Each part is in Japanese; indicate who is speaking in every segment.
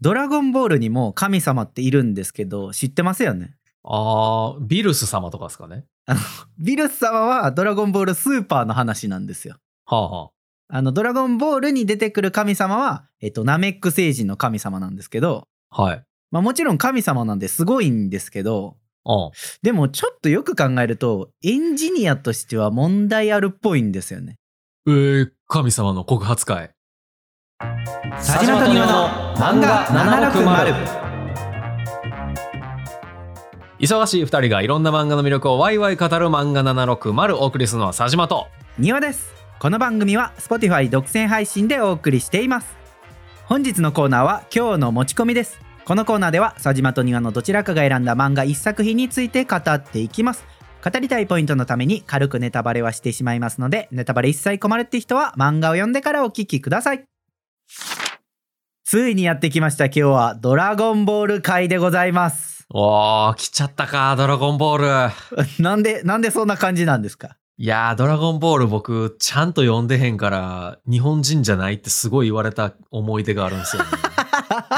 Speaker 1: ドラゴンボールにも神様っているんですけど、知ってますよね
Speaker 2: あー、ビルス様とかですかね。
Speaker 1: ビルス様はドラゴンボールスーパーの話なんですよ。
Speaker 2: はあ、は
Speaker 1: あの、ドラゴンボールに出てくる神様は、えっと、ナメック星人の神様なんですけど、
Speaker 2: あ、はい。
Speaker 1: まあもちろん神様なんですごいんですけど、
Speaker 2: うん。
Speaker 1: でもちょっとよく考えると、エンジニアとしては問題あるっぽいんですよね。
Speaker 2: えー、神様の告発会。
Speaker 1: 佐島と庭の漫画760
Speaker 2: 忙しい二人がいろんな漫画の魅力をワイワイ語る漫画760お送りするのは佐島と。
Speaker 1: 庭です。この番組は Spotify 独占配信でお送りしています。本日のコーナーは今日の持ち込みです。このコーナーでは佐島と庭のどちらかが選んだ漫画一作品について語っていきます。語りたいポイントのために軽くネタバレはしてしまいますので、ネタバレ一切困るって人は漫画を読んでからお聞きください。ついにやってきました今日はドラゴンボール会でございます。
Speaker 2: おー、来ちゃったか、ドラゴンボール。
Speaker 1: なんで、なんでそんな感じなんですか
Speaker 2: いやー、ドラゴンボール僕、ちゃんと読んでへんから、日本人じゃないってすごい言われた思い出があるんです よね。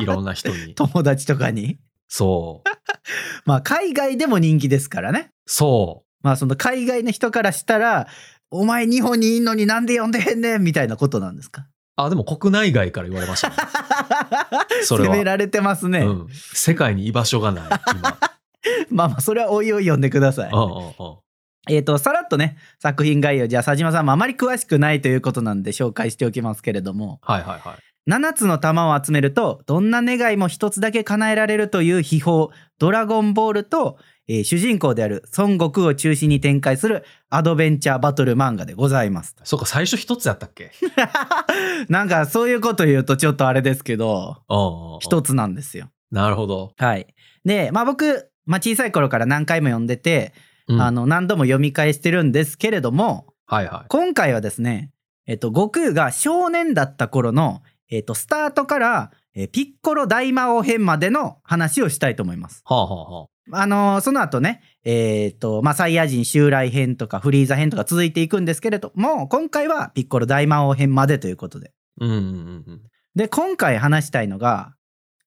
Speaker 2: いろんな人に。
Speaker 1: 友達とかに。
Speaker 2: そう。
Speaker 1: まあ海外でも人気ですからね。
Speaker 2: そ
Speaker 1: まあその海外の人からしたら、お前日本にいんのになんで呼んでへんねんみたいなことなんですか
Speaker 2: う。あ、でも国内外から言われましたね。 それは
Speaker 1: 責められて ますね。
Speaker 2: うん。世界に居場所がない、 今。
Speaker 1: まあまあ、それはおいおい呼んでください。
Speaker 2: うんうんうん。
Speaker 1: えっ、と、さらっとね、作品概要、じゃあ佐島さんもあまり詳しくないということなんで紹介しておきますけれども、
Speaker 2: はいはいはい。
Speaker 1: 7つの玉を集めると、どんな願いも一つだけ叶えられるという秘宝、ドラゴンボールと、えー主人公である孫悟空を中心に展開するアドベンチャーバトル漫画でございます。
Speaker 2: そうか、最初一つやったっ け
Speaker 1: なんかそういうこと言うとちょっとあれですけど、
Speaker 2: うんうんうん。
Speaker 1: 一つなんですよ。
Speaker 2: なるほど。
Speaker 1: はい。で、まあ僕、まあ小さい頃から何回も読んでて、
Speaker 2: うん
Speaker 1: あの、何度も読み返してるんですけれども、
Speaker 2: はいはい。
Speaker 1: 今回はですね、えっと、悟空が少年だった頃の、えっと、スタートから、えーピッコロ大魔王編までの話をしたいと思います。
Speaker 2: はあはあはあ。
Speaker 1: あのーその後ね、えっと、まあ、サイヤ人襲来編とかフリーザ編とか続いていくんですけれども、今回はピッコロ大魔王編までということで。
Speaker 2: うんうんうんうん。
Speaker 1: で、今回話したいのが、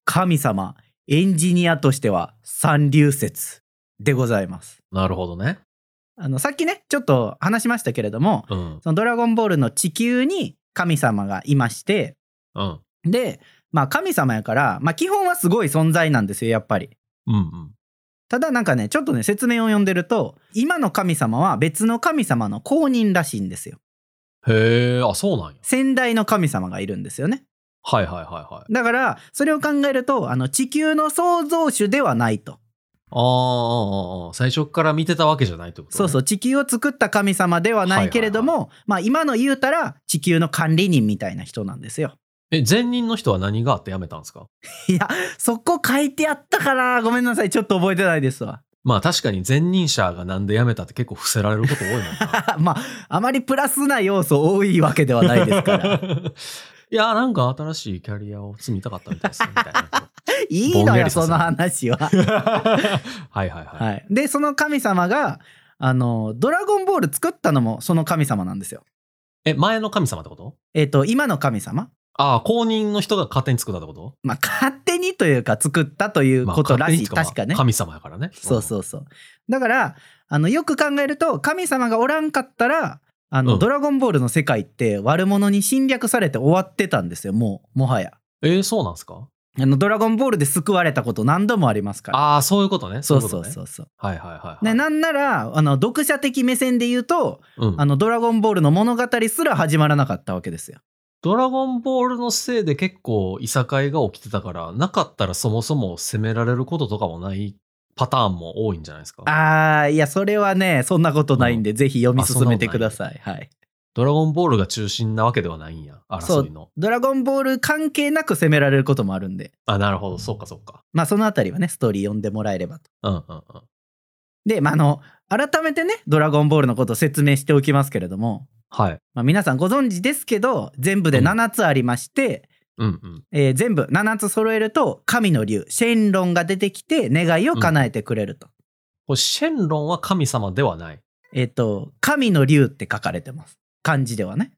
Speaker 1: 神様、エンジニアとしては三流説でございます。
Speaker 2: なるほどね。
Speaker 1: あの、さっきね、ちょっと話しましたけれども、
Speaker 2: うん。
Speaker 1: そのドラゴンボールの地球に神様がいまして、
Speaker 2: うん。
Speaker 1: で、まあ神様やから、まあ基本はすごい存在なんですよ、やっぱり。
Speaker 2: うんうん。
Speaker 1: ただなんかね、ちょっとね、説明を読んでると、今の神様は別の神様の公認らしいんですよ。
Speaker 2: へえ、あ、そうなんや。
Speaker 1: 先代の神様がいるんですよね。
Speaker 2: はいはいはいはい。
Speaker 1: だから、それを考えると、あの、地球の創造主ではないと。
Speaker 2: あーあー、あー最初から見てたわけじゃないってこと、ね、
Speaker 1: そうそう、地球を作った神様ではないけれども、まあ今の言うたら地球の管理人みたいな人なんですよ。
Speaker 2: え、前任の人は何があって辞めたんですか
Speaker 1: いや、そこ書いてあったから、ごめんなさい、ちょっと覚えてないですわ。
Speaker 2: まあ確かに前任者がなんで辞めたって結構伏せられること多いもんな。
Speaker 1: まあ、あまりプラスな要素多いわけではないですから。
Speaker 2: いや、なんか新しいキャリアを積みたかったみたいですね、みたいな。
Speaker 1: いい
Speaker 2: ぼ
Speaker 1: の
Speaker 2: んや
Speaker 1: よ、
Speaker 2: りさ
Speaker 1: そ
Speaker 2: せる
Speaker 1: の話は。
Speaker 2: はいはいはい。
Speaker 1: はい、で、その神様が、あの、ドラゴンボール作ったのもその神様なんですよ。
Speaker 2: え、前の神様ってこと
Speaker 1: えっ、と、今の神様
Speaker 2: ああ、公認の人が勝手に作ったってこと
Speaker 1: まあ、勝手にというか作ったという
Speaker 2: まあ
Speaker 1: ことらしい。
Speaker 2: 勝手にって
Speaker 1: 確かね。
Speaker 2: 神様やからね。
Speaker 1: そうそうそう。だから、あの、よく考えると、神様がおらんかったら、あの、
Speaker 2: うん
Speaker 1: ドラゴンボールの世界って悪者に侵略されて終わってたんですよ、もう、もはや。
Speaker 2: うん。えーそうなんですか
Speaker 1: あの、ドラゴンボールで救われたこと何度もありますから。
Speaker 2: ああ、そういうことね。
Speaker 1: そうそう
Speaker 2: いこと
Speaker 1: そ
Speaker 2: ね。
Speaker 1: うそう。
Speaker 2: はいはいはいはい。
Speaker 1: で、なんなら、あの、読者的目線で言うと、
Speaker 2: うん
Speaker 1: あの、ドラゴンボールの物語すら始まらなかったわけですよ。
Speaker 2: ドラゴンボールのせいで結構いさかいが起きてたから、なかったらそもそも責められることとかもないパターンも多いんじゃないですか。
Speaker 1: あー、いや、それはね、そんなことないんで、ぜひ読み進めてください。はい。
Speaker 2: ドラゴンボールが中心なわけではないんや、争いの。
Speaker 1: ドラゴンボール関係なく攻められることもあるんで、
Speaker 2: あ、なるほど、そうかそうか。
Speaker 1: まあ、そのあたりはね、ストーリー読んでもらえればと。
Speaker 2: うんうんうん。
Speaker 1: で、まあ、あの、改めてね、ドラゴンボールのことを説明しておきますけれども、
Speaker 2: はい。
Speaker 1: まあ、皆さんご存知ですけど、全部で
Speaker 2: うん
Speaker 1: 7つありまして、
Speaker 2: うんうん。
Speaker 1: えー全部7つ揃えると、神の竜、シェンロンが出てきて、願いを叶えてくれると。
Speaker 2: これ、シェンロンは神様ではない。
Speaker 1: えっ、と、神の竜って書かれてます。漢字ではね。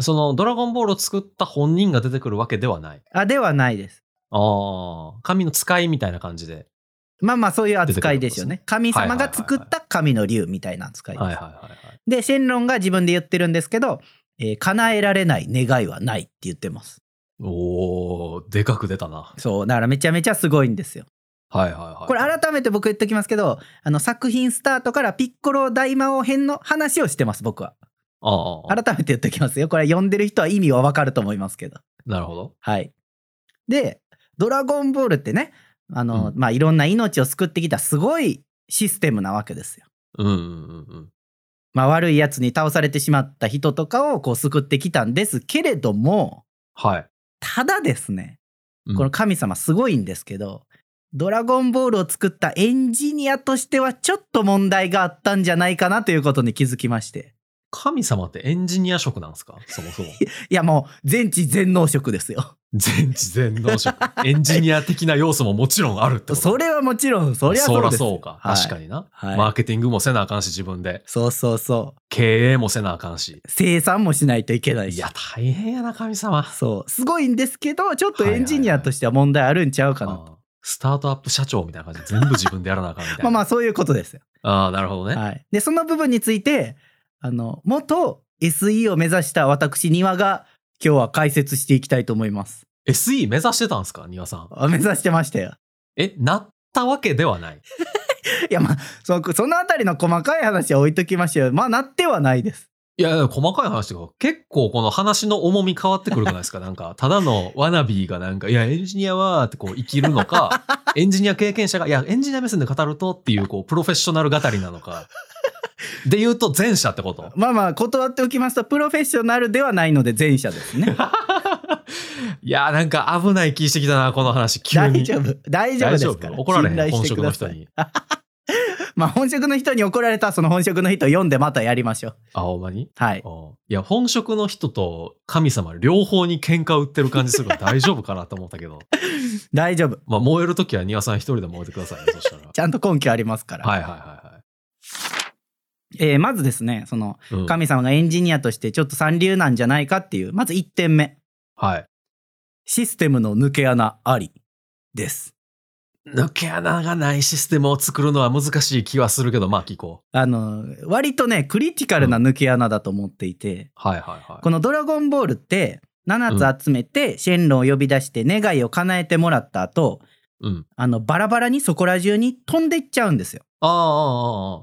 Speaker 2: その、ドラゴンボールを作った本人が出てくるわけではない。
Speaker 1: あ、ではないです。
Speaker 2: ああ、紙の使いみたいな感じで。
Speaker 1: まあまあそういう扱いですよね。神様が作った神の竜みたいな扱いです。
Speaker 2: はいはいはいはい。
Speaker 1: で、シェンロンが自分で言ってるんですけど、えー叶えられない願いはないって言ってます。
Speaker 2: おお、でかく出たな。
Speaker 1: そう、だからめちゃめちゃすごいんですよ。
Speaker 2: はいはいはい。
Speaker 1: これ改めて僕言っときますけど、あの作品スタートからピッコロ大魔王編の話をしてます、僕は。
Speaker 2: ああああ
Speaker 1: 改、めて言っときますよ。これ読んでる人は意味はわかると思いますけど。
Speaker 2: なるほど。
Speaker 1: はい。で、ドラゴンボールってね、あの、
Speaker 2: うん
Speaker 1: まあいろんな命を救ってきたすごいシステムなわけですよ。
Speaker 2: うんうんうん
Speaker 1: まあ、悪いやつに倒されてしまった人とかをこう救ってきたんですけれども
Speaker 2: はい。
Speaker 1: ただですね
Speaker 2: うん
Speaker 1: この神様すごいんですけど「ドラゴンボール」を作ったエンジニアとしてはちょっと問題があったんじゃないかなということに気づきまして
Speaker 2: 神様ってエンジニア職なんですかそもそも。
Speaker 1: いやもう全知全能職ですよ
Speaker 2: 全知全 能職。エンジニア的な要素ももちろんあるってこと
Speaker 1: それはもちろんそりゃそう
Speaker 2: ら
Speaker 1: です
Speaker 2: そうか。
Speaker 1: はい
Speaker 2: 確かにな、
Speaker 1: はい
Speaker 2: マーケティングもせなあかんし、自分で。
Speaker 1: そうそうそ
Speaker 2: 経営もせなあかんし。
Speaker 1: う生産もしないといけない
Speaker 2: い
Speaker 1: し
Speaker 2: や、大変やな、神様。
Speaker 1: そうすごいんですけどちょっとエンジニアとしては問題あるんちゃうかなと、
Speaker 2: ああスタートアップ社長みたいな感じで全部自分でやらなあかんみたい な。
Speaker 1: まあまあそういうことですよ
Speaker 2: ああ、なるほどね。
Speaker 1: はい、でその部分についてあの元 SE を目指した私庭が今日は解説していきたいと思います
Speaker 2: SE 目指してたんですか庭さん。
Speaker 1: あ目指してましたよ
Speaker 2: え、なったわけではない。
Speaker 1: いやまあそのそのあたりの細かい話は置いときましょうまあなってはないです
Speaker 2: いや、細かい話とか、結構この話の重み変わってくるじゃないですか。なんか、ただのワナビーがなんか、いや、エンジニアは、ってこう、生きる のか、エンジニア経験者が、いや、エンジニア目線で語るとっていう、こう、プロフェッショナル語りなのか。で言うと、前者っ てこと。
Speaker 1: まあまあ断っておきますとプロフェッショナルではないので前者です ね
Speaker 2: いや、なんか危ない気してきたな、この話、急
Speaker 1: 大
Speaker 2: に。
Speaker 1: 丈夫大丈夫ですから
Speaker 2: 怒られ
Speaker 1: 信
Speaker 2: へん、
Speaker 1: 頼
Speaker 2: 本
Speaker 1: して
Speaker 2: 職
Speaker 1: く
Speaker 2: の
Speaker 1: ださ
Speaker 2: 人
Speaker 1: い
Speaker 2: に。
Speaker 1: まあ本職の人に怒られたらその本職の人を読んでまたやりましょう
Speaker 2: あ、ほんまに
Speaker 1: はい
Speaker 2: うんいや、本職の人と神様両方に喧嘩売ってる感じするから大丈夫かなと思ったけ ど。
Speaker 1: 大丈夫
Speaker 2: まあ、燃えるときは庭さん一人で燃えてくださいね、そ したら。
Speaker 1: ちゃんと根拠ありますから、
Speaker 2: はいはいは
Speaker 1: えーまずですねその
Speaker 2: いはい。うん
Speaker 1: 神様がエンジニアとしてちょっと三流なんじゃないかっていうまず1点目
Speaker 2: はい。
Speaker 1: システムの抜け穴ありです
Speaker 2: 抜け穴がないシステムを作るのは難しい気はするけど、まあ聞こう。
Speaker 1: あの割とねクリティカルな抜け穴だと思っていて、
Speaker 2: はいはいはい。
Speaker 1: この「ドラゴンボール」って7つ集めてシェンロンを呼び出して願いを叶えてもらった後
Speaker 2: うん。
Speaker 1: あのバラバラにそこら中に飛んでいっちゃうんですよ。
Speaker 2: ああ、ああ、あ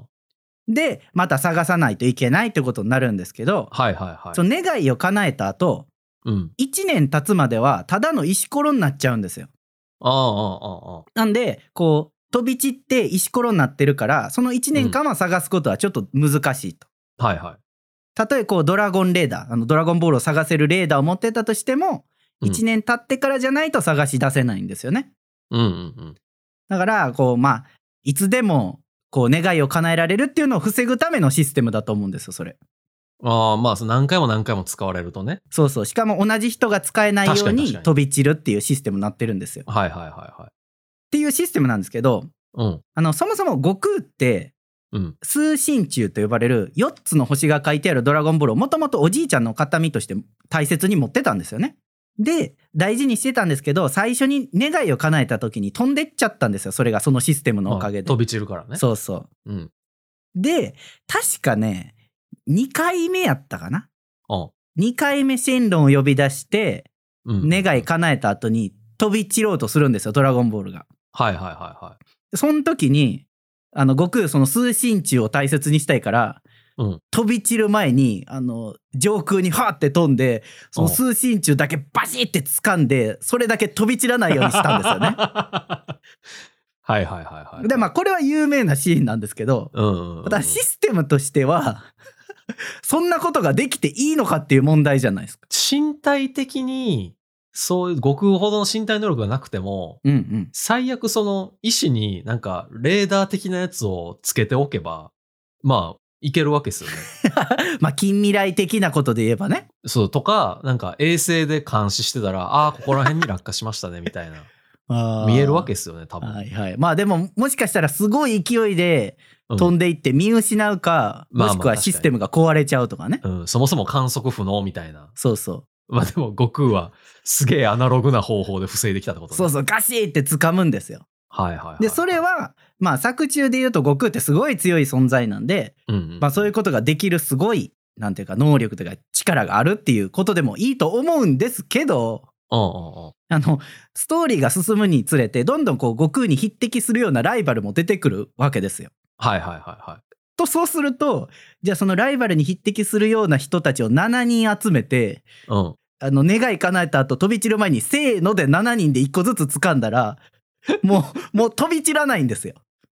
Speaker 1: でまた探さないといけないってことになるんですけど、
Speaker 2: あ。はいはいはい。
Speaker 1: その願いを叶えた後
Speaker 2: うん。
Speaker 1: 1年経つまではただの石ころになっちゃうんですよ。
Speaker 2: ああ、ああ、ああ。
Speaker 1: なんでこう飛び散って石ころになってるからその1年間は探すことはちょっと難しいと。
Speaker 2: はいはい。
Speaker 1: たとえこうドラゴンレーダーあのドラゴンボールを探せるレーダーを持ってたとしても
Speaker 2: うん
Speaker 1: 1年経ってからじゃないと探し出せないんですよね。
Speaker 2: うんうん
Speaker 1: だからこうまあいつでもこう願いを叶えられるっていうのを防ぐためのシステムだと思うんですよそれ。
Speaker 2: うん。ああ、まあその何回も何回も使われるとね。
Speaker 1: そうそうしかも同じ人が使えないよ
Speaker 2: 確
Speaker 1: う
Speaker 2: かに確
Speaker 1: に
Speaker 2: かに
Speaker 1: 飛び散るっていうシステムになってるんですよ。っ
Speaker 2: はいはいはいはい。
Speaker 1: ていうシステムなんですけど
Speaker 2: うん。
Speaker 1: あのそもそも悟空って
Speaker 2: うん。
Speaker 1: 通信中と呼ばれる4つの星が書いてあるドラゴンボールをもともとおじいちゃんの形見として大切に持ってたんですよね。で大事にしてたんですけど最初に願いを叶えた時に飛んでっちゃったんですよそれがそのシステムのおかげ
Speaker 2: まあ
Speaker 1: で。
Speaker 2: 飛び散るからね。
Speaker 1: そうそう。
Speaker 2: う。うん。
Speaker 1: で確かね2回目やったかな
Speaker 2: うん。
Speaker 1: 2回目シェンロンを呼び出して
Speaker 2: うん
Speaker 1: 願い叶えた後に飛び散ろうとするんですよドラゴンボールが。
Speaker 2: はいはいはいはい。
Speaker 1: その時にあの悟空その通信中を大切にしたいから、
Speaker 2: うん
Speaker 1: 飛び散る前にあの上空にハーって飛んでその通信中だけバシって掴んでそれだけ飛び散らないようにしたんですよ ね。
Speaker 2: はいはいはいはい。
Speaker 1: でまあこれは有名なシーンなんですけど
Speaker 2: うんうんうんうん
Speaker 1: ただシステムとしてはそんなことができていいのかっていう問題じゃないですか。
Speaker 2: 身体的に、そういう、悟空ほどの身体能力がなくても、
Speaker 1: うんうん、
Speaker 2: 最悪その、医師になんか、レーダー的なやつをつけておけば、まあ、いけるわけ ですよね。
Speaker 1: まあ近未来的なことで言えばね
Speaker 2: そう、とか、なんか、衛星で監視してたら、ああー、ここら辺に落下しましたね、みたい な。見えるわけ
Speaker 1: で
Speaker 2: ですよね、多
Speaker 1: す
Speaker 2: 分。
Speaker 1: はいはい、まあでももしかしたらすごい勢いで
Speaker 2: うん
Speaker 1: 飛んでいって見失うか、
Speaker 2: まあまあ
Speaker 1: もしくはシステムが壊れちゃうとかね。
Speaker 2: うん、そもそも観測不能みたいな。
Speaker 1: そうそう。
Speaker 2: まあでも、悟空はすげえアナログな方法で防いできたってことね
Speaker 1: そうそうガシーって掴むんですよ
Speaker 2: はいはい、はい。
Speaker 1: でそれ、はまあ作中で言うと悟空ってすごい強い存在なんで、
Speaker 2: うんうん
Speaker 1: まあ、そういうことができるすごいなんていうか能力とか力があるっていうことでもいいと思うんですけど
Speaker 2: うんうんうん
Speaker 1: あのストーリーが進むにつれてどんどんこう悟空に匹敵するようなライバルも出てくるわけですよ。
Speaker 2: はいはいはいは
Speaker 1: とそうするとじゃあそのライバルに匹敵するような人たちを7人集めて
Speaker 2: い。うん。
Speaker 1: あの願い叶えた後飛び散る前に「せーの」で7人で1個ずつ掴んだらも うもう飛び散らないんですよ。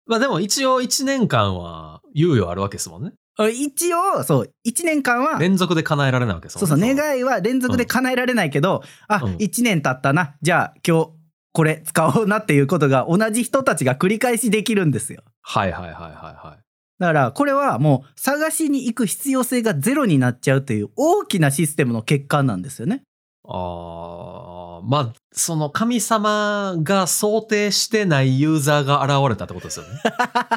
Speaker 2: まあでも一応1年間は猶予あるわけですもんね。
Speaker 1: 一応そう1年間は
Speaker 2: 連続で叶えられないわけです
Speaker 1: そ
Speaker 2: も
Speaker 1: うんそう
Speaker 2: ね。
Speaker 1: 願いは連続で叶えられないけど、あ、
Speaker 2: うん
Speaker 1: 1年経ったなじゃあ今日これ使おうなっていうことが同じ人たちが繰り返しできるんですよ
Speaker 2: はいはいはいはいはい。
Speaker 1: だからこれはもう探しに行く必要性がゼロになっちゃうという大きなシステムの欠陥なんですよね
Speaker 2: あーまあ、その神様が想定してないユーザーが現れたってことですよね。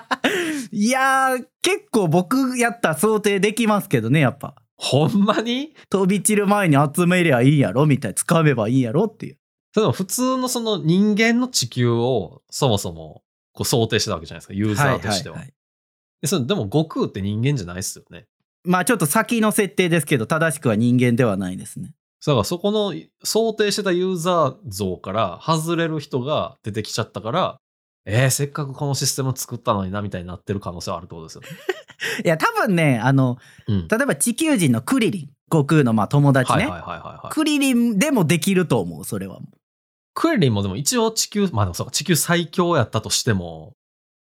Speaker 1: いやー結構僕やったら想定できますけどねやっぱ
Speaker 2: ほんまに
Speaker 1: 飛び散る前に集めりゃいいんやろみたいな掴めばいいんやろっていう
Speaker 2: その普通のその人間の地球をそもそもこう想定してたわけじゃないですか、ユーザーとしては。
Speaker 1: いいい
Speaker 2: でそのでも悟空って人間じゃないですよね。
Speaker 1: まあちょっと先の設定ですけど正しくは人間ではないですね
Speaker 2: だからそこの想定してたユーザー像から外れる人が出てきちゃったから、えー、せっかくこのシステム作ったのになみたいになってる可能性はあるってことですよね。
Speaker 1: いや多分ねあの
Speaker 2: うん。
Speaker 1: 例えば地球人のクリリン悟空のまあ友達ね、
Speaker 2: はいはいはいはい、はい。
Speaker 1: クリリンでもできると思うそれは
Speaker 2: クエリンもでも一応地球、まあでもそうか、地球最強やったとしても、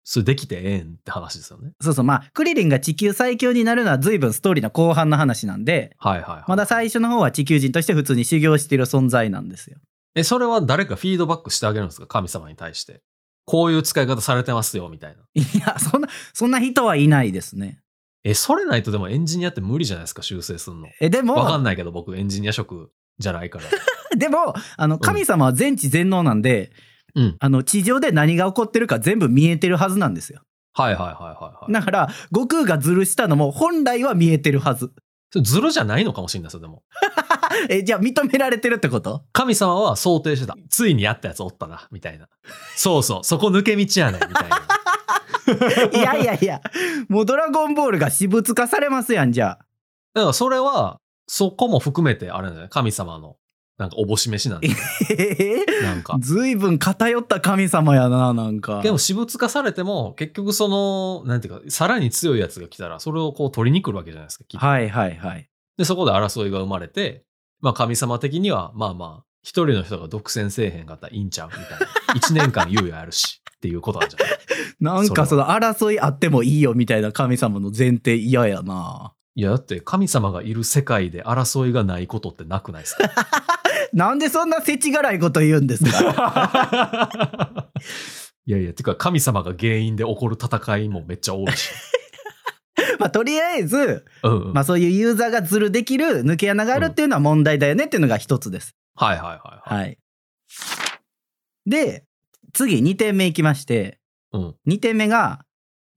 Speaker 2: それできてええんって話ですよね。
Speaker 1: そうそうまあクリリンが地球最強になるのは随分ストーリーの後半の話なんで
Speaker 2: はいはい、はい。
Speaker 1: まだ最初の方は地球人として普通に修行している存在なんですよ
Speaker 2: え、それは誰かフィードバックしてあげるんですか神様に対して。こういう使い方されてますよ、みたいな。
Speaker 1: いやそんなそんな人はいないですね
Speaker 2: え、それないとでもエンジニアって無理じゃないですか、修正するの。
Speaker 1: えで
Speaker 2: わか
Speaker 1: も
Speaker 2: んないけど、僕エンジニア職じゃないから。
Speaker 1: でもあの神様は全知全能なんで、
Speaker 2: うん
Speaker 1: あの地上で何が起こってるか全部見えてるはずなんですよ
Speaker 2: はいはいはいはい、はい。
Speaker 1: だから悟空がズルしたのも本来は見えてるはず
Speaker 2: それずるじゃないのかもしれないですよ、でも。
Speaker 1: えじゃあ認められてるってこと
Speaker 2: 神様は想定してた。ついにやったやつおったな、みたいな。そうそう、そこ抜け道やねん、みたいな。
Speaker 1: いやいやいや、もうドラゴンボールが私物化されますやん、じゃあ。
Speaker 2: だからそれは、そこも含めて、あれなんじゃない神様の、なんかおぼし飯なんで、
Speaker 1: え
Speaker 2: なんか
Speaker 1: ー、。ずいぶん偏った神様やな、なんか。
Speaker 2: でも私物化されても、結局その、なんていうか、さらに強いやつが来たら、それをこう取りに来るわけじゃないですかきっと。
Speaker 1: はいはいはい。
Speaker 2: で、そこで争いが生まれて、まあ神様的には、まあまあ、一人の人が独占せえへんかったらいいんちゃうみたいな。一年間猶予あるし、っていうことなんじゃない
Speaker 1: なんかそ
Speaker 2: そ
Speaker 1: の争いあってもいいよみたいな神様の前提嫌やな。
Speaker 2: いや、だって神様がいる世界で争いがないことってなくないですか
Speaker 1: なんでそんな世知辛いこと言うんです か
Speaker 2: いやいや、てか神様が原因で起こる戦いもめっちゃ多い し。
Speaker 1: まあとりあえず、
Speaker 2: うんうん、
Speaker 1: まあそういうユーザーがズルできる抜け穴があるっていうのは問題だよねっていうのが一つです。
Speaker 2: はいはいはいはい。
Speaker 1: はい。で、次2点目いきまして、
Speaker 2: うん、
Speaker 1: 2点目が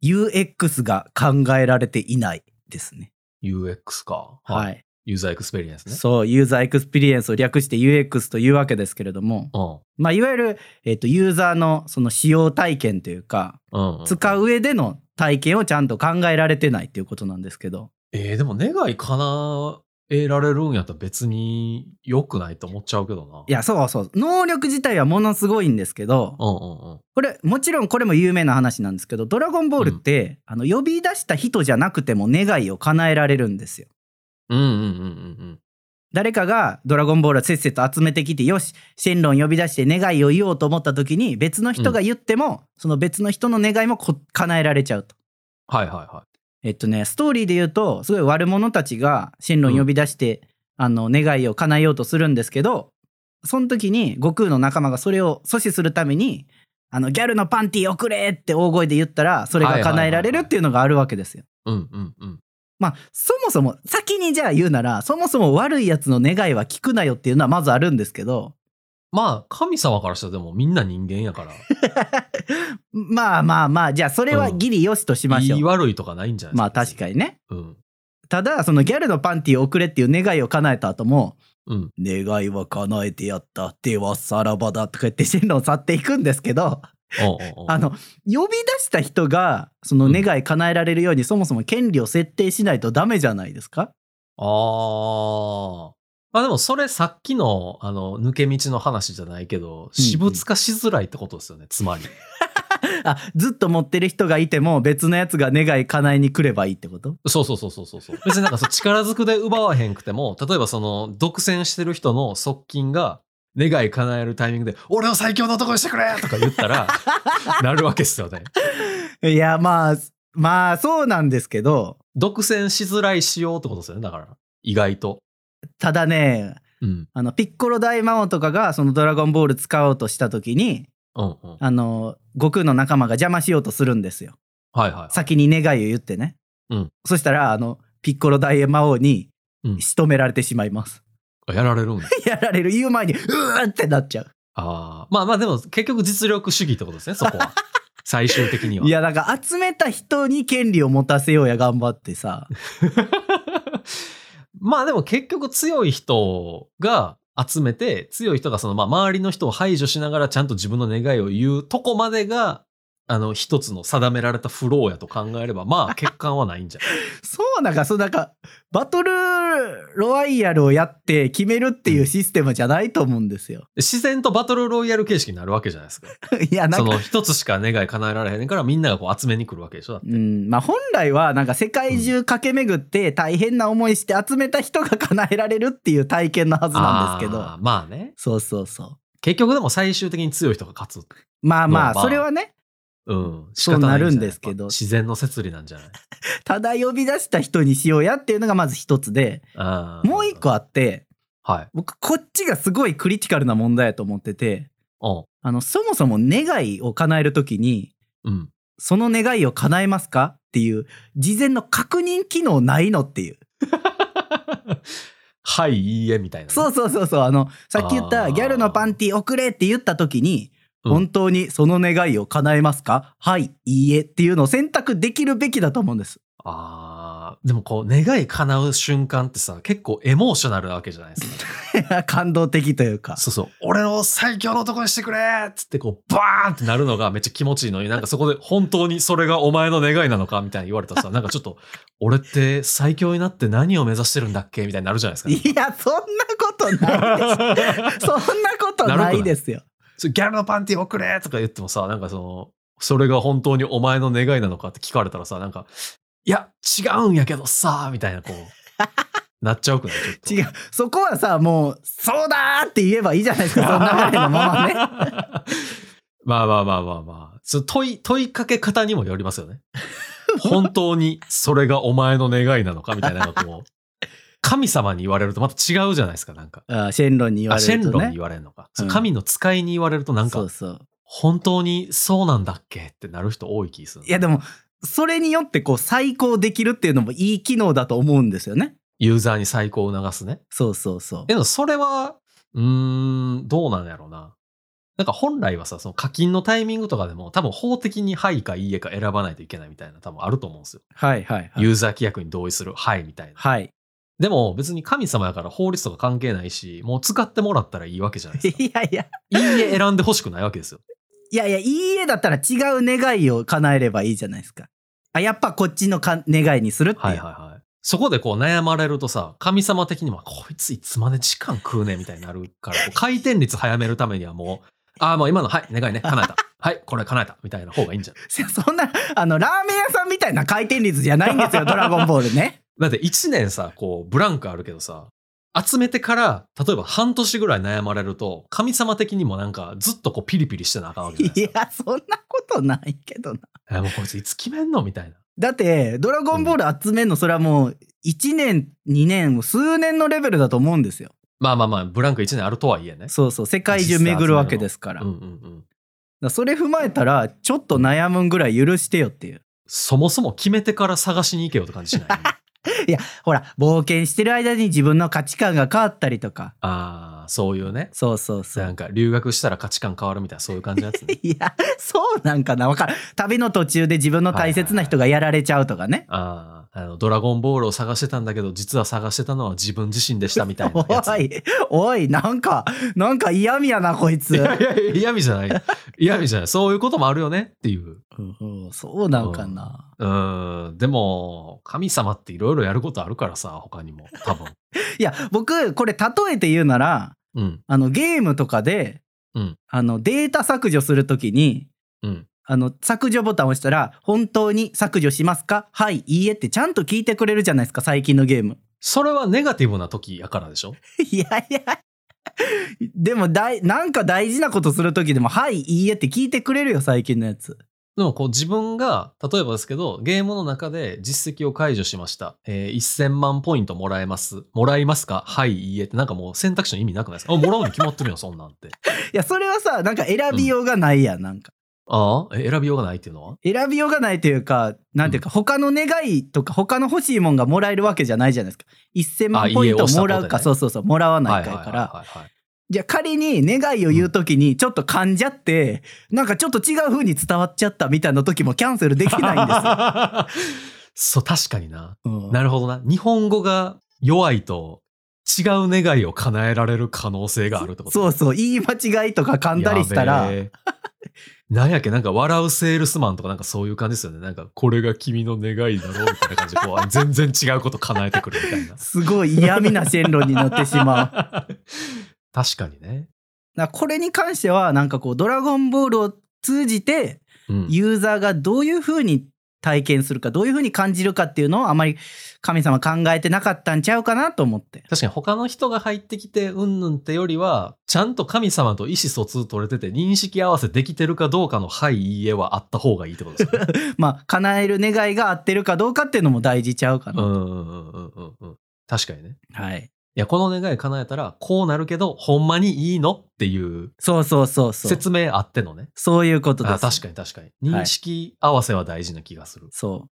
Speaker 1: UX が考えられていないですね。
Speaker 2: UX か。
Speaker 1: はい。
Speaker 2: い。ユーザーエクスペリエンスね。
Speaker 1: そう、ユーザーエクスペリエンスを略して UX というわけですけれども、
Speaker 2: う
Speaker 1: まあ、いわゆる、えっとユーザーのその使用体験というか、
Speaker 2: ん。うん、うん。
Speaker 1: 使
Speaker 2: う。
Speaker 1: う上での体験をちゃんと考えられてないっていうことなんですけど、
Speaker 2: えー、でも願い叶えられるんやったら別に良くないと思っちゃうけどな。
Speaker 1: い。や、そうそう、能力自体はものすごいんですけど、
Speaker 2: うんうんうん。
Speaker 1: これ、もちろんこれも有名な話なんですけど、ドラゴンボールって、あの呼び出した人じゃなくても願いを叶えられるんですよ。
Speaker 2: うんうんうんうん
Speaker 1: 誰かがドラゴンボールをせっせと集めてきてよしシェンロン呼び出して願いを言おうと思った時に別の人が言っても、その別の人の願いもこ叶えられちゃうと。
Speaker 2: うん。はいはいは
Speaker 1: えっとねストーリーで言うとすごい悪者たちがシェンロン呼び出して、あの願いを叶えようとするんですけどその時に悟空の仲間がそれを阻止するために「あのギャルのパンティーくれ!」って大声で言ったらそれが叶えられるっていうのがあるわけですよ。
Speaker 2: い。うんうんうん。
Speaker 1: まあそもそも先にじゃあ言うならそもそも悪いやつの願いは聞くなよっていうのはまずあるんですけど
Speaker 2: まあ、神様からしたらでもみんな人間やから、
Speaker 1: まあまあまあじゃあそれはギリよしとしましょう。
Speaker 2: 言い悪いとかないんじゃない
Speaker 1: まあ確
Speaker 2: に。
Speaker 1: かにね。
Speaker 2: うん。
Speaker 1: ただそのギャルのパンティーを送れっていう願いを叶えた後も
Speaker 2: うん。
Speaker 1: 願いは叶えてやった。ではさらばだ。とか言って進路を去っていくんですけど、
Speaker 2: おうおうおう
Speaker 1: あの、呼び出した人が、その願い叶えられるように、そもそも権利を設定しないとダメじゃないですか
Speaker 2: ああ。まあでもそれさっきの、あの、抜け道の話じゃないけど、私物化しづらいってことですよね、つまり。
Speaker 1: あ、ずっと持ってる人がいても、別のやつが願い叶えに来ればいいってこと
Speaker 2: そうそうそうそうそうそう。別になんかそう力ずくで奪わへんくても、例えばその、独占してる人の側近が、願い叶えるタイミングで、俺を最強の男にしてくれとか言っ たら、なるわけですよね。
Speaker 1: いや、まあ、まあ、そうなんですけど、
Speaker 2: 独占しづらい仕様ってことですよね、だから。意外と。
Speaker 1: ただね、
Speaker 2: うん。
Speaker 1: あの、ピッコロ大魔王とかが、そのドラゴンボール使おうとした時に、
Speaker 2: うんうん。はい
Speaker 1: あの、悟空の仲間が邪魔しようとするんですよ。
Speaker 2: はいはい。
Speaker 1: 先に願いを言ってね。
Speaker 2: うん
Speaker 1: そしたら、あの、ピッコロ大魔王に
Speaker 2: うん
Speaker 1: 仕留められてしまいます。
Speaker 2: やられるんだ。
Speaker 1: やられる言う前に、うーってなっちゃう。
Speaker 2: ああ。まあまあでも、結局実力主義ってことですね、そ こは。最終的には。
Speaker 1: いや、なんか集めた人に権利を持たせようや頑張って さ。
Speaker 2: まあでも結局強い人が集めて強い人がそのまあ周りの人を排除しながらちゃんと自分の願いを言うとこまでがあの一つの定められたフローやと考えれば まあ欠陥はないんじゃない
Speaker 1: そうなんか、そうなんか、バトルロワイヤルをやって決めるっていうシステムじゃないと思うんですよ。
Speaker 2: 自然とバトルロイヤル形式になるわけじゃないですか。
Speaker 1: いや、な
Speaker 2: そ
Speaker 1: んか、
Speaker 2: の一つしか願い叶えられへんからみんながこう集めに来るわけでしょ。
Speaker 1: うん、まあ本来はなんか世界中駆け巡って大変な思いして集めた人が叶えられるっていう体験のはずなんですけ
Speaker 2: あ
Speaker 1: ど
Speaker 2: ー。まあね。
Speaker 1: そうそうそう。
Speaker 2: 結局でも最終的に強い人が勝つ。
Speaker 1: まあま
Speaker 2: ま
Speaker 1: あ、
Speaker 2: あまあ
Speaker 1: それはね、
Speaker 2: うん。
Speaker 1: そう
Speaker 2: 仕方いじゃい
Speaker 1: なるんですけど
Speaker 2: 自然の摂理なんじ ゃない
Speaker 1: ただ呼び出した人にしようやっていうのがまず一つで、
Speaker 2: あー
Speaker 1: もう一。個あって、
Speaker 2: はい。
Speaker 1: 僕こっちがすごいクリティカルな問題やと思ってて、
Speaker 2: うん
Speaker 1: あの、そもそも願いを叶えるときに、
Speaker 2: うん。
Speaker 1: その願いを叶えますかっていう、事前の確認機能ないのっていう。
Speaker 2: はい、いいえ、みたいなね。
Speaker 1: そうそうそうそう、あの、さっき言っ
Speaker 2: あ
Speaker 1: た
Speaker 2: ー
Speaker 1: ギャルのパンティ送れって言ったときに、
Speaker 2: うん
Speaker 1: 本当にその願いを叶えますかはい、いいえっていうのを選択できるべきだと思うんです。
Speaker 2: あーでもこう、願い叶う瞬間ってさ、結構エモーショナルなわけじゃないですか。
Speaker 1: 感動的というか。
Speaker 2: そうそう。俺を最強の男にしてくれっつってこう、バーンってなるのがめっちゃ気持ちいいのに、なんかそこで本当にそれがお前の願いなのかみたいに言われたらさ、なんかちょっと、俺って最強になって何を目指してるんだっけみたいになるじゃないですか。
Speaker 1: いや、そんなことないです。そんなことないですよ。
Speaker 2: そうギャルのパンティ送れとか言ってもさ、なんかその、それが本当にお前の願いなのかって聞かれたらさ、なんか、いや、違うんやけどさ、みたいなこう、 なっちゃうくないちょっと
Speaker 1: 違う。そこはさ、もう、そうだーって言えばいいじゃない ですか、その流れのままね。
Speaker 2: まあまあまあまあまあ。その問い、問いかけ方にもよりますよね。本当にそれがお前の願いなのかみたいなのがこう、神様に言われるとまた違うじゃないですか、なんか。
Speaker 1: あシェンロンに言わ
Speaker 2: あ、
Speaker 1: れ
Speaker 2: シェ
Speaker 1: ると
Speaker 2: ンロンに
Speaker 1: ね
Speaker 2: 言。われるのか。そう
Speaker 1: うん
Speaker 2: 神の使いに言われるとなん
Speaker 1: そう
Speaker 2: か、
Speaker 1: そう。
Speaker 2: 本当にそうなんだっけってなる人多い気する
Speaker 1: い。や、でも、それによって、こう、再考できるっていうのもいい機能だと思うんですよね。
Speaker 2: ユーザーに再考を促すね。
Speaker 1: そうそうそう。
Speaker 2: でもそれは、うーん、どうなんやろうな。なんか本来はさ、その課金のタイミングとかでも多分法的にはいかいいえか選ばないといけないみたいな多分あると思うんですよ。
Speaker 1: はいはいはい。
Speaker 2: ユーザー規約に同意する、はいみたいな。
Speaker 1: はい。
Speaker 2: でも別に神様やから法律とか関係ないし、もう使ってもらったらいいわけじゃな いですか。い
Speaker 1: いやいや、
Speaker 2: いえ選んでほしくないわけですよ。
Speaker 1: いやいや、いい絵だったら違う願いを叶えればいいじゃないですか。あ、やっぱこっちのか願いにするっていう。
Speaker 2: はいはいはい。そこでこう悩まれるとさ、神様的にも、こいついつまで時間食うねみたいになるから、こう回転率早めるためにはもう、ああ、もう今の、はい、願いね、叶えた。 はい、これ叶えた。みたいな方がいいんじゃん。
Speaker 1: せ そんな、あの、ラーメン屋さんみたいな回転率じゃないん ですよ、ドラゴンボールね。
Speaker 2: だって1年さ、こう、ブランクあるけどさ、集めてから、例えば半年ぐらい悩まれると、神様的にもなんかずっとこうピリピリしてなあかんわけじゃない
Speaker 1: い
Speaker 2: ですか。
Speaker 1: や、そんなことないけどな。
Speaker 2: えもうこいついつ決めんのみたいな。
Speaker 1: だって、ドラゴンボール集めんの、それはもう、1年、2年、数年のレベルだと思うんですよ。
Speaker 2: まあまあまあ、ブランク1年あるとはいえね。
Speaker 1: そうそう、世界中巡るわけですから。
Speaker 2: うん
Speaker 1: だ
Speaker 2: う
Speaker 1: か
Speaker 2: んうん。
Speaker 1: らそれ踏まえたら、ちょっと悩むんぐらい許してよっていう。
Speaker 2: そもそも決めてから探しに行けよって感じしないあ
Speaker 1: ほら、冒険してる間に自分の価値観が変わったりとか。
Speaker 2: あー、そういうね。
Speaker 1: そうそうそ
Speaker 2: なん
Speaker 1: う。。
Speaker 2: か留学したら価値観変わるみたいな、そういう感じのやつね
Speaker 1: いや、そうなんかなわかる。旅の途中で自分の大切な人がやられちゃうとかね。
Speaker 2: ああ。あの、ドラゴンボールを探してたんだけど、実は探してたのは自分自身でしたみたいなやつ。
Speaker 1: おい、おい、なんか、なんか嫌味やな、こいつ
Speaker 2: い。やいやいや嫌味じゃない。嫌味じゃない。そういうこともあるよねっていう。
Speaker 1: うんうんそうなんかな。
Speaker 2: うん。でも、神様っていろいろやることあるからさ、他にも。多分。
Speaker 1: いや、僕、これ例えて言うなら、
Speaker 2: うん。
Speaker 1: あの、ゲームとかで、
Speaker 2: うん
Speaker 1: あの、データ削除するときに、
Speaker 2: うん。
Speaker 1: あの、削除ボタンを押したら、本当に削除しますかはい、いいえってちゃんと聞いてくれるじゃないですか、最近のゲーム。
Speaker 2: それはネガティブな時やからでしょ
Speaker 1: いやいや。でもだい、なんか大事なことするときでも、はい、いいえって聞いてくれるよ、最近のやつ。
Speaker 2: でもこう自分が、例えばですけど、ゲームの中で実績を解除しました。えー1000万ポイントもらえます。もらいますかはい、いいえって、なんかもう選択肢の意味なくないですかあ、もらうに決まっ てるよ、そんなんって。
Speaker 1: いや、それはさ、なんか選びようがないやん、なんか。
Speaker 2: ああ、え選びようがないっていうのは
Speaker 1: 選びようがないというか、なんていうか、他の願いとか、他の欲しいもんがもらえるわけじゃないじゃないですか。1000
Speaker 2: あ
Speaker 1: 万
Speaker 2: いいえ
Speaker 1: ポイント
Speaker 2: 押した
Speaker 1: もらうか、
Speaker 2: ことでね
Speaker 1: そうそうそう、もらわないかや
Speaker 2: はい
Speaker 1: か
Speaker 2: はい
Speaker 1: ら。
Speaker 2: はいはいはい。
Speaker 1: じゃあ仮に願いを言うときにちょっと噛んじゃって、なんかちょっと違う風に伝わっちゃったみたいな時もキャンセルできないんですよ。
Speaker 2: そう、確かにな。
Speaker 1: うん
Speaker 2: なるほどな。日本語が弱いと違う願いを叶えられる可能性があるってこと
Speaker 1: そうそう、言い間違いとか噛んだりしたら
Speaker 2: や、べえ。なんやっけ、なんか笑うセールスマンとかなんかそういう感じですよね。なんかこれが君の願いだろうみたいな感じで、 こう全然違うこと叶えてくるみたいな。
Speaker 1: すごい嫌味な線路になってしまう。だ か
Speaker 2: う。 確かにね。
Speaker 1: らこれに関しては、なんかこう、ドラゴンボールを通じて、
Speaker 2: うん、
Speaker 1: ユーザーがどういう風に体験するか、どういう風に感じるかっていうのをあまり神様考えてなかったんちゃうかなと思って。
Speaker 2: 確かに他の人が入ってきてうんぬんってよりは、ちゃんと神様と意思疎通取れてて認識合わせできてるかどうかのはい、いいえはあった方がいいってことですよ ね。
Speaker 1: まあ、叶える願いが合ってるかどうかっていうのも大事ちゃうか
Speaker 2: う
Speaker 1: な。
Speaker 2: んうんうんうんうんうん。確かにね。
Speaker 1: はい。
Speaker 2: いや、この願い叶えたらこうなるけど、ほんまにいいのっていう
Speaker 1: そうそうそうそう。
Speaker 2: 説明あってのね。
Speaker 1: そういうことです。
Speaker 2: あ確かに確かに。
Speaker 1: はい
Speaker 2: 認識合わせは大事な気がする。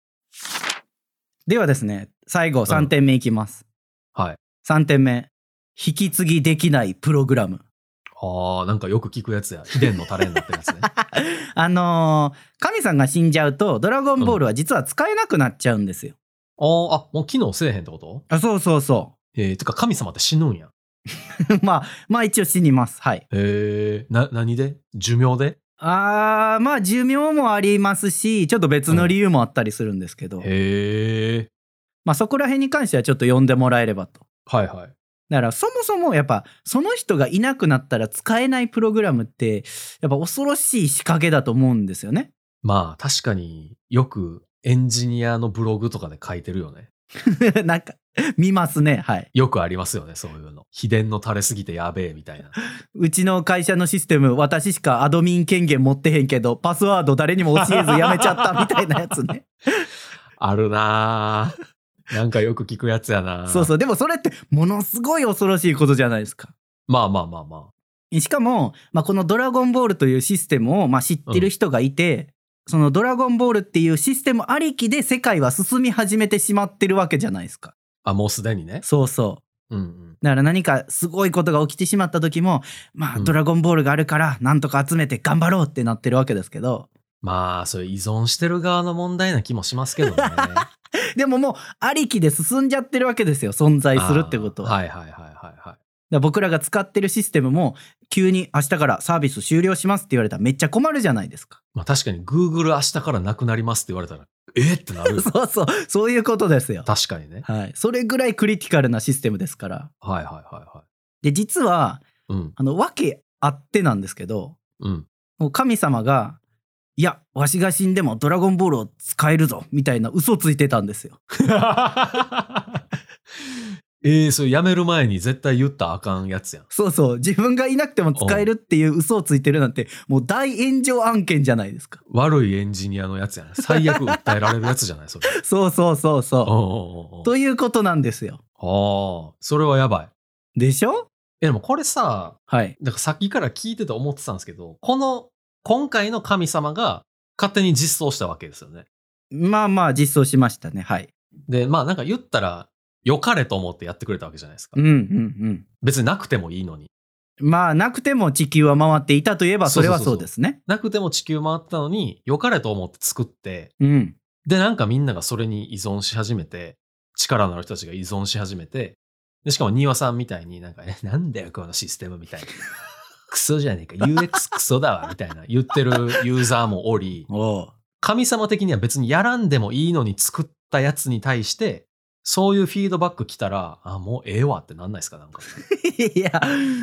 Speaker 1: そう。ではですね、最後3点目いきます。
Speaker 2: はい。
Speaker 1: 3点目。引き継ぎできないプログラム。
Speaker 2: ああ、なんかよく聞くやつや。秘伝のタレになってるや つね。
Speaker 1: あのー神さんが死んじゃうと、ドラゴンボールは実は使えなくなっちゃうんですよ。
Speaker 2: あーあ、もう機能せえへんってこと
Speaker 1: あそうそうそ
Speaker 2: えー、てか神様って死ぬんや。
Speaker 1: う。 まあ、まあ一応死にます。はい。
Speaker 2: えー、な、何で寿命で
Speaker 1: あーまあ寿命もありますし、ちょっと別の理由もあったりするんですけど、
Speaker 2: へえ。
Speaker 1: まあそこら辺に関してはちょっと呼んでもらえればと。
Speaker 2: はいはい。
Speaker 1: だからそもそもやっぱその人がいなくなったら使えないプログラムってやっぱ恐ろしい仕掛けだと思うんですよね。
Speaker 2: まあ、確かによくエンジニアのブログとかで書いてるよね。
Speaker 1: なんか見ますねはい。
Speaker 2: よくありますよね、そういうの。秘伝のタレすぎてやべえみたいな。
Speaker 1: うちの会社のシステム私しかアドミン権限持ってへんけどパスワード誰にも教えずやめちゃったみたいなやつね。
Speaker 2: あるなー なんかよく聞くやつやな。
Speaker 1: そうそううでもそれってものすごい恐ろしいことじゃないですか。
Speaker 2: まあまあまあま
Speaker 1: しかも、まあ、この「ドラゴンボール」というシステムを、まあ、知ってる人がいて、その「ドラゴンボール」っていうシステムありきで世界は進み始めてしまってるわけじゃないですか。
Speaker 2: あ。あ、もうすでにね。
Speaker 1: そうそう。
Speaker 2: うんうん。
Speaker 1: だから何かすごいことが起きてしまった時もまあ「
Speaker 2: うん
Speaker 1: ドラゴンボール」があるからなんとか集めて頑張ろうってなってるわけですけど
Speaker 2: まあ、それ依存してる側の問題な気もしますけ どね。
Speaker 1: でももうありきで進んじゃってるわけですよ存在するってことは。
Speaker 2: あー
Speaker 1: だか
Speaker 2: はいはいはいはいはい。
Speaker 1: ら僕らが使ってるシステムも急に明日からサービス終了しますって言われたらめっちゃ困るじゃないですか。
Speaker 2: まあ確かに Google 明日からなくなりますって言われたら、えってなるよ。
Speaker 1: そうそうそういうことですよ。
Speaker 2: 確かにね。
Speaker 1: はい、それぐらいクリティカルなシステムですから。
Speaker 2: はいはいは
Speaker 1: で実はい
Speaker 2: はい。うん
Speaker 1: あの訳あってなんですけど
Speaker 2: うん。
Speaker 1: もう神様が「いやわしが死んでもドラゴンボールを使えるぞ」みたいな嘘ついてたんですよ。
Speaker 2: えー、それやめる前に絶対言ったらあかんやつやん。
Speaker 1: そうそう自分がいなくても使えるっていう嘘をついてるなんてもう大炎上案件じゃないですか。
Speaker 2: 悪いエンジニアのやつやん。最悪訴えられるやつじゃないそ れ。
Speaker 1: そうそうそう
Speaker 2: おう
Speaker 1: そ
Speaker 2: おうおうお
Speaker 1: う。
Speaker 2: う
Speaker 1: ということなんですよ。
Speaker 2: ああ、それはやばい。
Speaker 1: でしょ
Speaker 2: え、でもこれさ、
Speaker 1: はい。
Speaker 2: だからさっきから聞いてて思ってたんですけど、この、今回の神様が勝手に実装したわけですよね。
Speaker 1: まあまあ実装しましたね。はい。
Speaker 2: で、まあなんか言ったら、良かれと思ってやってくれたわけじゃないですか
Speaker 1: うん。うん
Speaker 2: 別になくてもいいのに。
Speaker 1: うん。まあなくても地球は回っていたといえばそれはそうですね。
Speaker 2: なくても地球回ったのに、良かれと思って作って、
Speaker 1: うん。
Speaker 2: で、なんかみんながそれに依存し始めて、力のある人たちが依存し始めて、でしかも丹羽さんみたいになんか、え、なんだよ、このシステムみたいな。クソじゃねえか、UX クソだわ、みたいな言ってるユーザーもおり、
Speaker 3: おう
Speaker 2: 神様的には別にやらんでもいいのに作ったやつに対して、そういうフィードバック来たら、あ、もうええわってなんないですか、 なんか。
Speaker 1: いや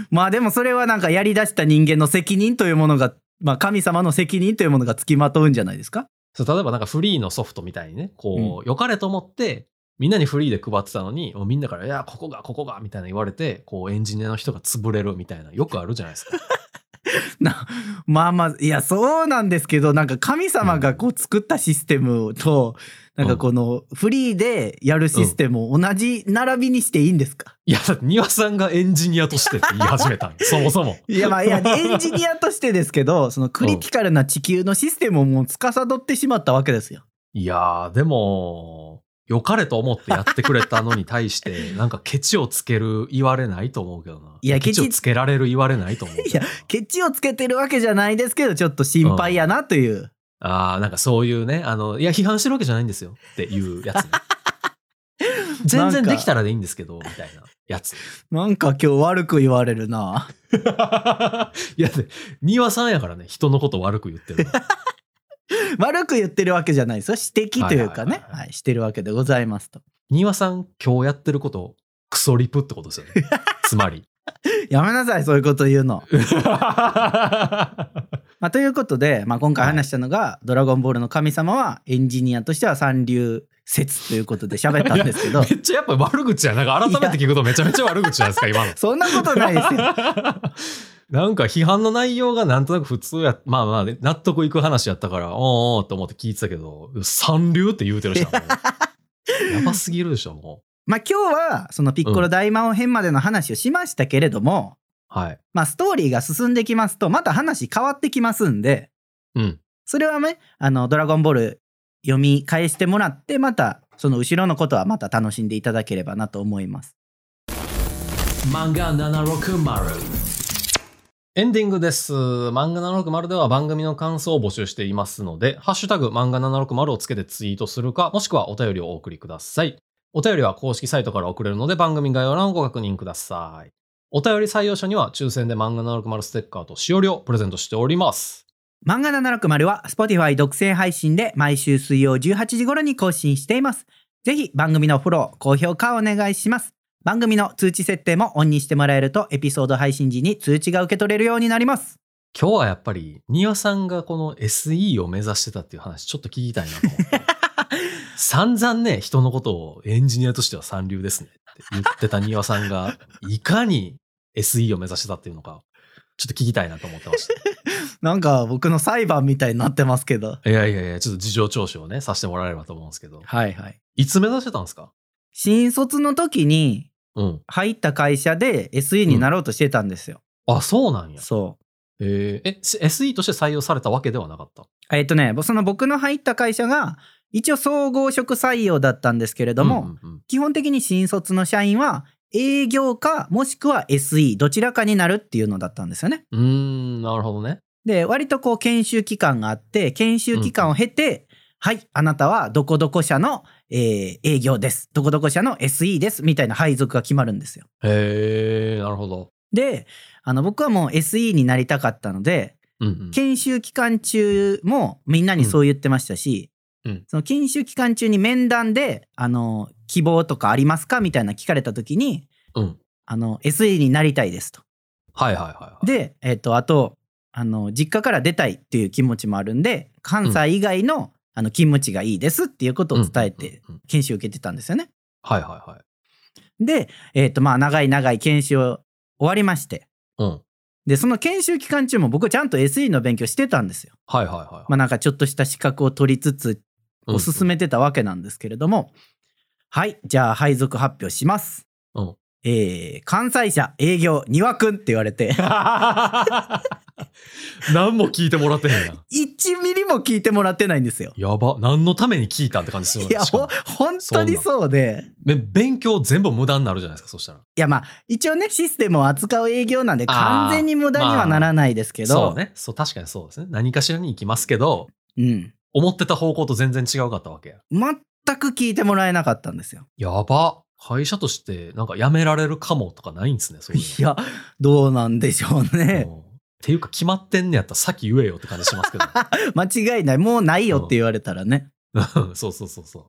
Speaker 1: まあでもそれはなんかやりだした人間の責任というものが、まあ、神様の責任というものがつきまとうんじゃないですか
Speaker 2: そう例えばなんかフリーのソフトみたいにね、こう、良かれと思って、みんなにフリーで配ってたのに、もうみんなから、いや、ここが、ここが、みたいな言われて、こう、エンジニアの人が潰れるみたいな、よくあるじゃないですか。
Speaker 1: なまあまあいやそうなんですけどなんか神様がこう作ったシステムとなんかこのフリーでやるシステムを同じ並びにしていいんですか、
Speaker 2: いや、だって、庭さんがエンジニアとしてって言い始めたんでそもそも。
Speaker 1: いやまあい やエンジニアとしてですけ どそのクリティカルな地球のシステムをもう司ってしまったわけですよ。
Speaker 2: いやー、でも、良かれと思ってやってくれたのに 対して、なんかケチをつける言われないと思うけどな。
Speaker 1: いや
Speaker 2: ケチ
Speaker 1: ケチ
Speaker 2: をつけられる言われないと思うけど
Speaker 1: い
Speaker 2: な。
Speaker 1: ケチをつけてるわけじゃないですけどちょっと心配やなという。
Speaker 2: ああ、なんかそういうね、あの、いや、批判してるわけじゃないんですよっていう やつね、全然できたらでいいんですけど、みたいな やつ。
Speaker 1: なんか今日悪く言われるな。
Speaker 2: いや、で、庭さんやからね、人のこと悪く言ってるの。
Speaker 1: 悪く言ってるわけじゃないですよ。指摘というかね
Speaker 2: は、いはいはいはい
Speaker 1: はい、してるわけでございますと。
Speaker 2: 庭さん、今日やってること、クソリプってことですよね。つ まり。
Speaker 1: やめなさい、そういうこと言うの。
Speaker 2: は
Speaker 1: まあ、ということで、まあ、今回話したのが、ドラゴンボールの神様はエンジニアとしては三流説ということで喋ったんですけど
Speaker 2: め、っちゃやっぱ悪口や。なんか改めて聞くとめちゃめちゃ悪口じゃないですか、今の。
Speaker 1: そんなことないです よ。
Speaker 2: なんか批判の内容がなんとなく普通や、まあまあね、納得いく話やったから、おーおーと思って聞いてたけど、三流って言うてる人はも うやばすぎるでしょ、も
Speaker 1: まあ、今日は、そのピッコロ大魔王編までの話をしましたけれども、
Speaker 2: う。はい。
Speaker 1: まあ、ストーリーが進んできますと、また話変わってきますんで、
Speaker 2: うん。
Speaker 1: それはね、あの、ドラゴンボール読み返してもらって、また、その後ろのことはまた楽しんでいただければなと思います。
Speaker 2: 漫画760。エンディングです。漫画760では番組の感想を募集していますので、ハッシュタグ漫画760をつけてツイートするか、もしくはお便りをお送りください。お便りは公式サイトから送れるので番組概要欄をご確認ください。お便り採用者には抽選で漫画760ステッカーとしおりをプレゼントしております。
Speaker 1: 漫画760は Spotify 独占配信で毎週水曜18時頃に更新しています。ぜひ番組のフォロー、高評価をお願いします。番組の通知設定もオンにしてもらえるとエピソード配信時に通知が受け取れるようになります。
Speaker 2: 今日はやっぱり、丹羽さんがこの SE を目指してたっていう話、ちょっと聞きたいなと思 って。散々ね、人のことをエンジニアとしては三流ですねって言ってた丹羽さんが、いかに SE を目指してたっていうのか、ちょっと聞きたいなと思ってまし
Speaker 1: なんか僕の裁判みたいになってますけど。
Speaker 2: た。いやいやいや、ちょっと事情聴取をね、させてもらえればと思うんですけど、
Speaker 1: はいはい。
Speaker 2: いつ目指してたんですか
Speaker 1: 新卒の時に
Speaker 2: うん。
Speaker 1: 入った会社で SE になろうとしてたんですよ。
Speaker 2: あ、そうなんや。
Speaker 1: そう。
Speaker 2: えーえ、S- SE として採用されたわけではなかった。
Speaker 1: えっとね、その僕の入った会社が、一応総合職採用だったんですけれども、
Speaker 2: うんうんうん
Speaker 1: 基本的に新卒の社員は営業かもしくは SE、どちらかになるっていうのだったんですよね。
Speaker 2: うーん、なるほどね。
Speaker 1: で、割とこう研修期間があって、研修期間を経て、はい、あなたはどこどこ社の、えー営業です。どこどこ社の SE です。みたいな配属が決まるんですよ。
Speaker 2: へえ、なるほど。
Speaker 1: で、あの僕はもう SE になりたかったので、
Speaker 2: うんうん
Speaker 1: 研修期間中もみんなにそう言ってましたし、
Speaker 2: うんうん
Speaker 1: その研修期間中に面談であの希望とかありますかみたいな聞かれた時に
Speaker 2: うん。
Speaker 1: あの SE になりたいですと。
Speaker 2: はいはいはいはい。
Speaker 1: で、えっとあとあの実家から出たいっていう気持ちもあるんで関西以外の,、あの勤務地がいいですっていうことを伝えて
Speaker 2: うんうんうん
Speaker 1: 研修を受けてたんですよね。
Speaker 2: はいはいはい。
Speaker 1: で、えっとまあ、長い長い研修を終わりまして
Speaker 2: うん。
Speaker 1: でその研修期間中も僕ちゃんと SE の勉強してたんですよ。
Speaker 2: はいはいはい。
Speaker 1: まあ、なんかちょっとした資格を取りつつ
Speaker 2: うん
Speaker 1: おすす。めてたわけなんですけれども、はいじゃあ配属発表します、
Speaker 2: うん
Speaker 1: えー関西社営業丹羽くんって言われて
Speaker 2: 何も聞いてもらってへんやん。
Speaker 1: 1ミリも聞いてもらってないんですよ
Speaker 2: やば。何のために聞いたって感じするよ
Speaker 1: い
Speaker 2: ね
Speaker 1: や
Speaker 2: しか
Speaker 1: ほ
Speaker 2: も
Speaker 1: 本当にそうで
Speaker 2: べ勉強全部無駄になるじゃないですか、そしたら。
Speaker 1: いやまあ一応ねシステムを扱う営業なんで
Speaker 2: あー
Speaker 1: 完全に無駄にはならないですけど
Speaker 2: そうね。そう、確かにそうですね。何かしらに行きますけど、
Speaker 1: うん
Speaker 2: 思ってた方向と全然違うかったわけや。
Speaker 1: 全く聞いてもらえなかったんですよ。
Speaker 2: やば。会社としてなんか辞められるかもとかないんですね、そういうの。
Speaker 1: いや、どうなんでしょうね。
Speaker 2: うんっていうか決まってんねやったら先言えよって感じしますけど。
Speaker 1: 間違いない。もうないよって言われたらね。
Speaker 2: うん そうそうそうそ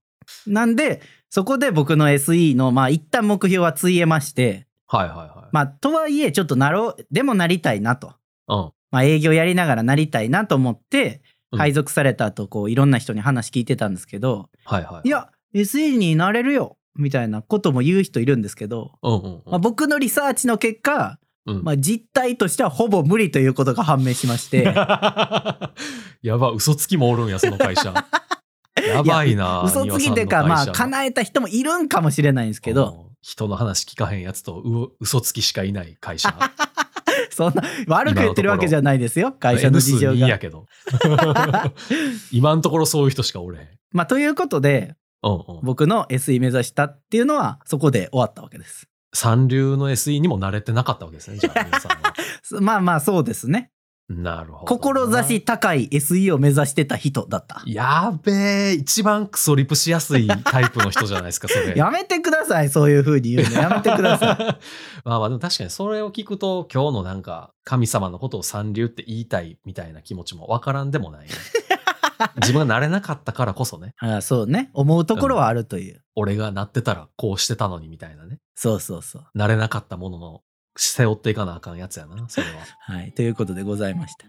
Speaker 2: う。
Speaker 1: なんで、そこで僕の SE の、まあ、一旦目標はついえまして、
Speaker 2: はいはいはい。
Speaker 1: まあ、とはいえ、ちょっとなろう、でもなりたいなと。
Speaker 2: うん。
Speaker 1: まあ、営業やりながらなりたいなと思って、
Speaker 2: うん
Speaker 1: 配属された後、こう、いろんな人に話聞いてたんですけど、
Speaker 2: はいはい。
Speaker 1: いや、SE になれるよ、みたいなことも言う人いるんですけど、
Speaker 2: うんうんうん。
Speaker 1: まあ、僕のリサーチの結果、
Speaker 2: うん
Speaker 1: まあ、実態としてはほぼ無理ということが判明しま して、
Speaker 2: やば、嘘つきもおるんや、その 会社。やばいな。
Speaker 1: 嘘つきっていうか、まあ、叶えた人もいるんかもしれないんですけど、
Speaker 2: ど。人の話聞かへんやつとう嘘つきしかいない会社。
Speaker 1: そんな悪く言ってるわけじゃないですよ 会社の事情
Speaker 2: N 数にや
Speaker 1: が。
Speaker 2: けど。 今のところそういう人しかおれへん。
Speaker 1: まあ、ということで
Speaker 2: うんうん。
Speaker 1: 僕の SE 目指したっていうのはそこで終わったわけです。
Speaker 2: 三流の SE にも慣れてなかったわけですね、 じゃあ皆さんは。
Speaker 1: すまあまあそうですね。
Speaker 2: なるほど。
Speaker 1: 志。高い SE を目指してた人だった。
Speaker 2: やべえ、一番クソリプしやすいタイプの人じゃないですか、それ。
Speaker 1: やめてくださいそういうふうに言うのやめてくだ さい。
Speaker 2: い。まあまあでも確かにそれを聞くと今日のなんか神様のことを三流って言いたいみたいな気持ちもわからんで もないね、自分がなれなかったからこそね、
Speaker 1: ああそうね思うところはあるという。
Speaker 2: 俺がなってたらこうしてたのにみたいなね、
Speaker 1: そうそうそう。
Speaker 2: なれなかったものの背負っていかなあかんやつやな、それ は。
Speaker 1: はいということでございました。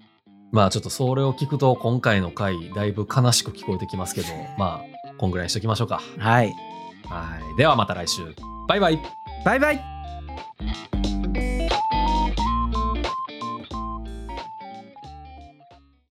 Speaker 2: まあちょっとそれを聞くと今回の回だいぶ悲しく聞こえてきますけど、まあこんぐらいにしときましょうか。
Speaker 1: はい
Speaker 2: はい。ではまた来週。バイバイ。
Speaker 1: バイバイ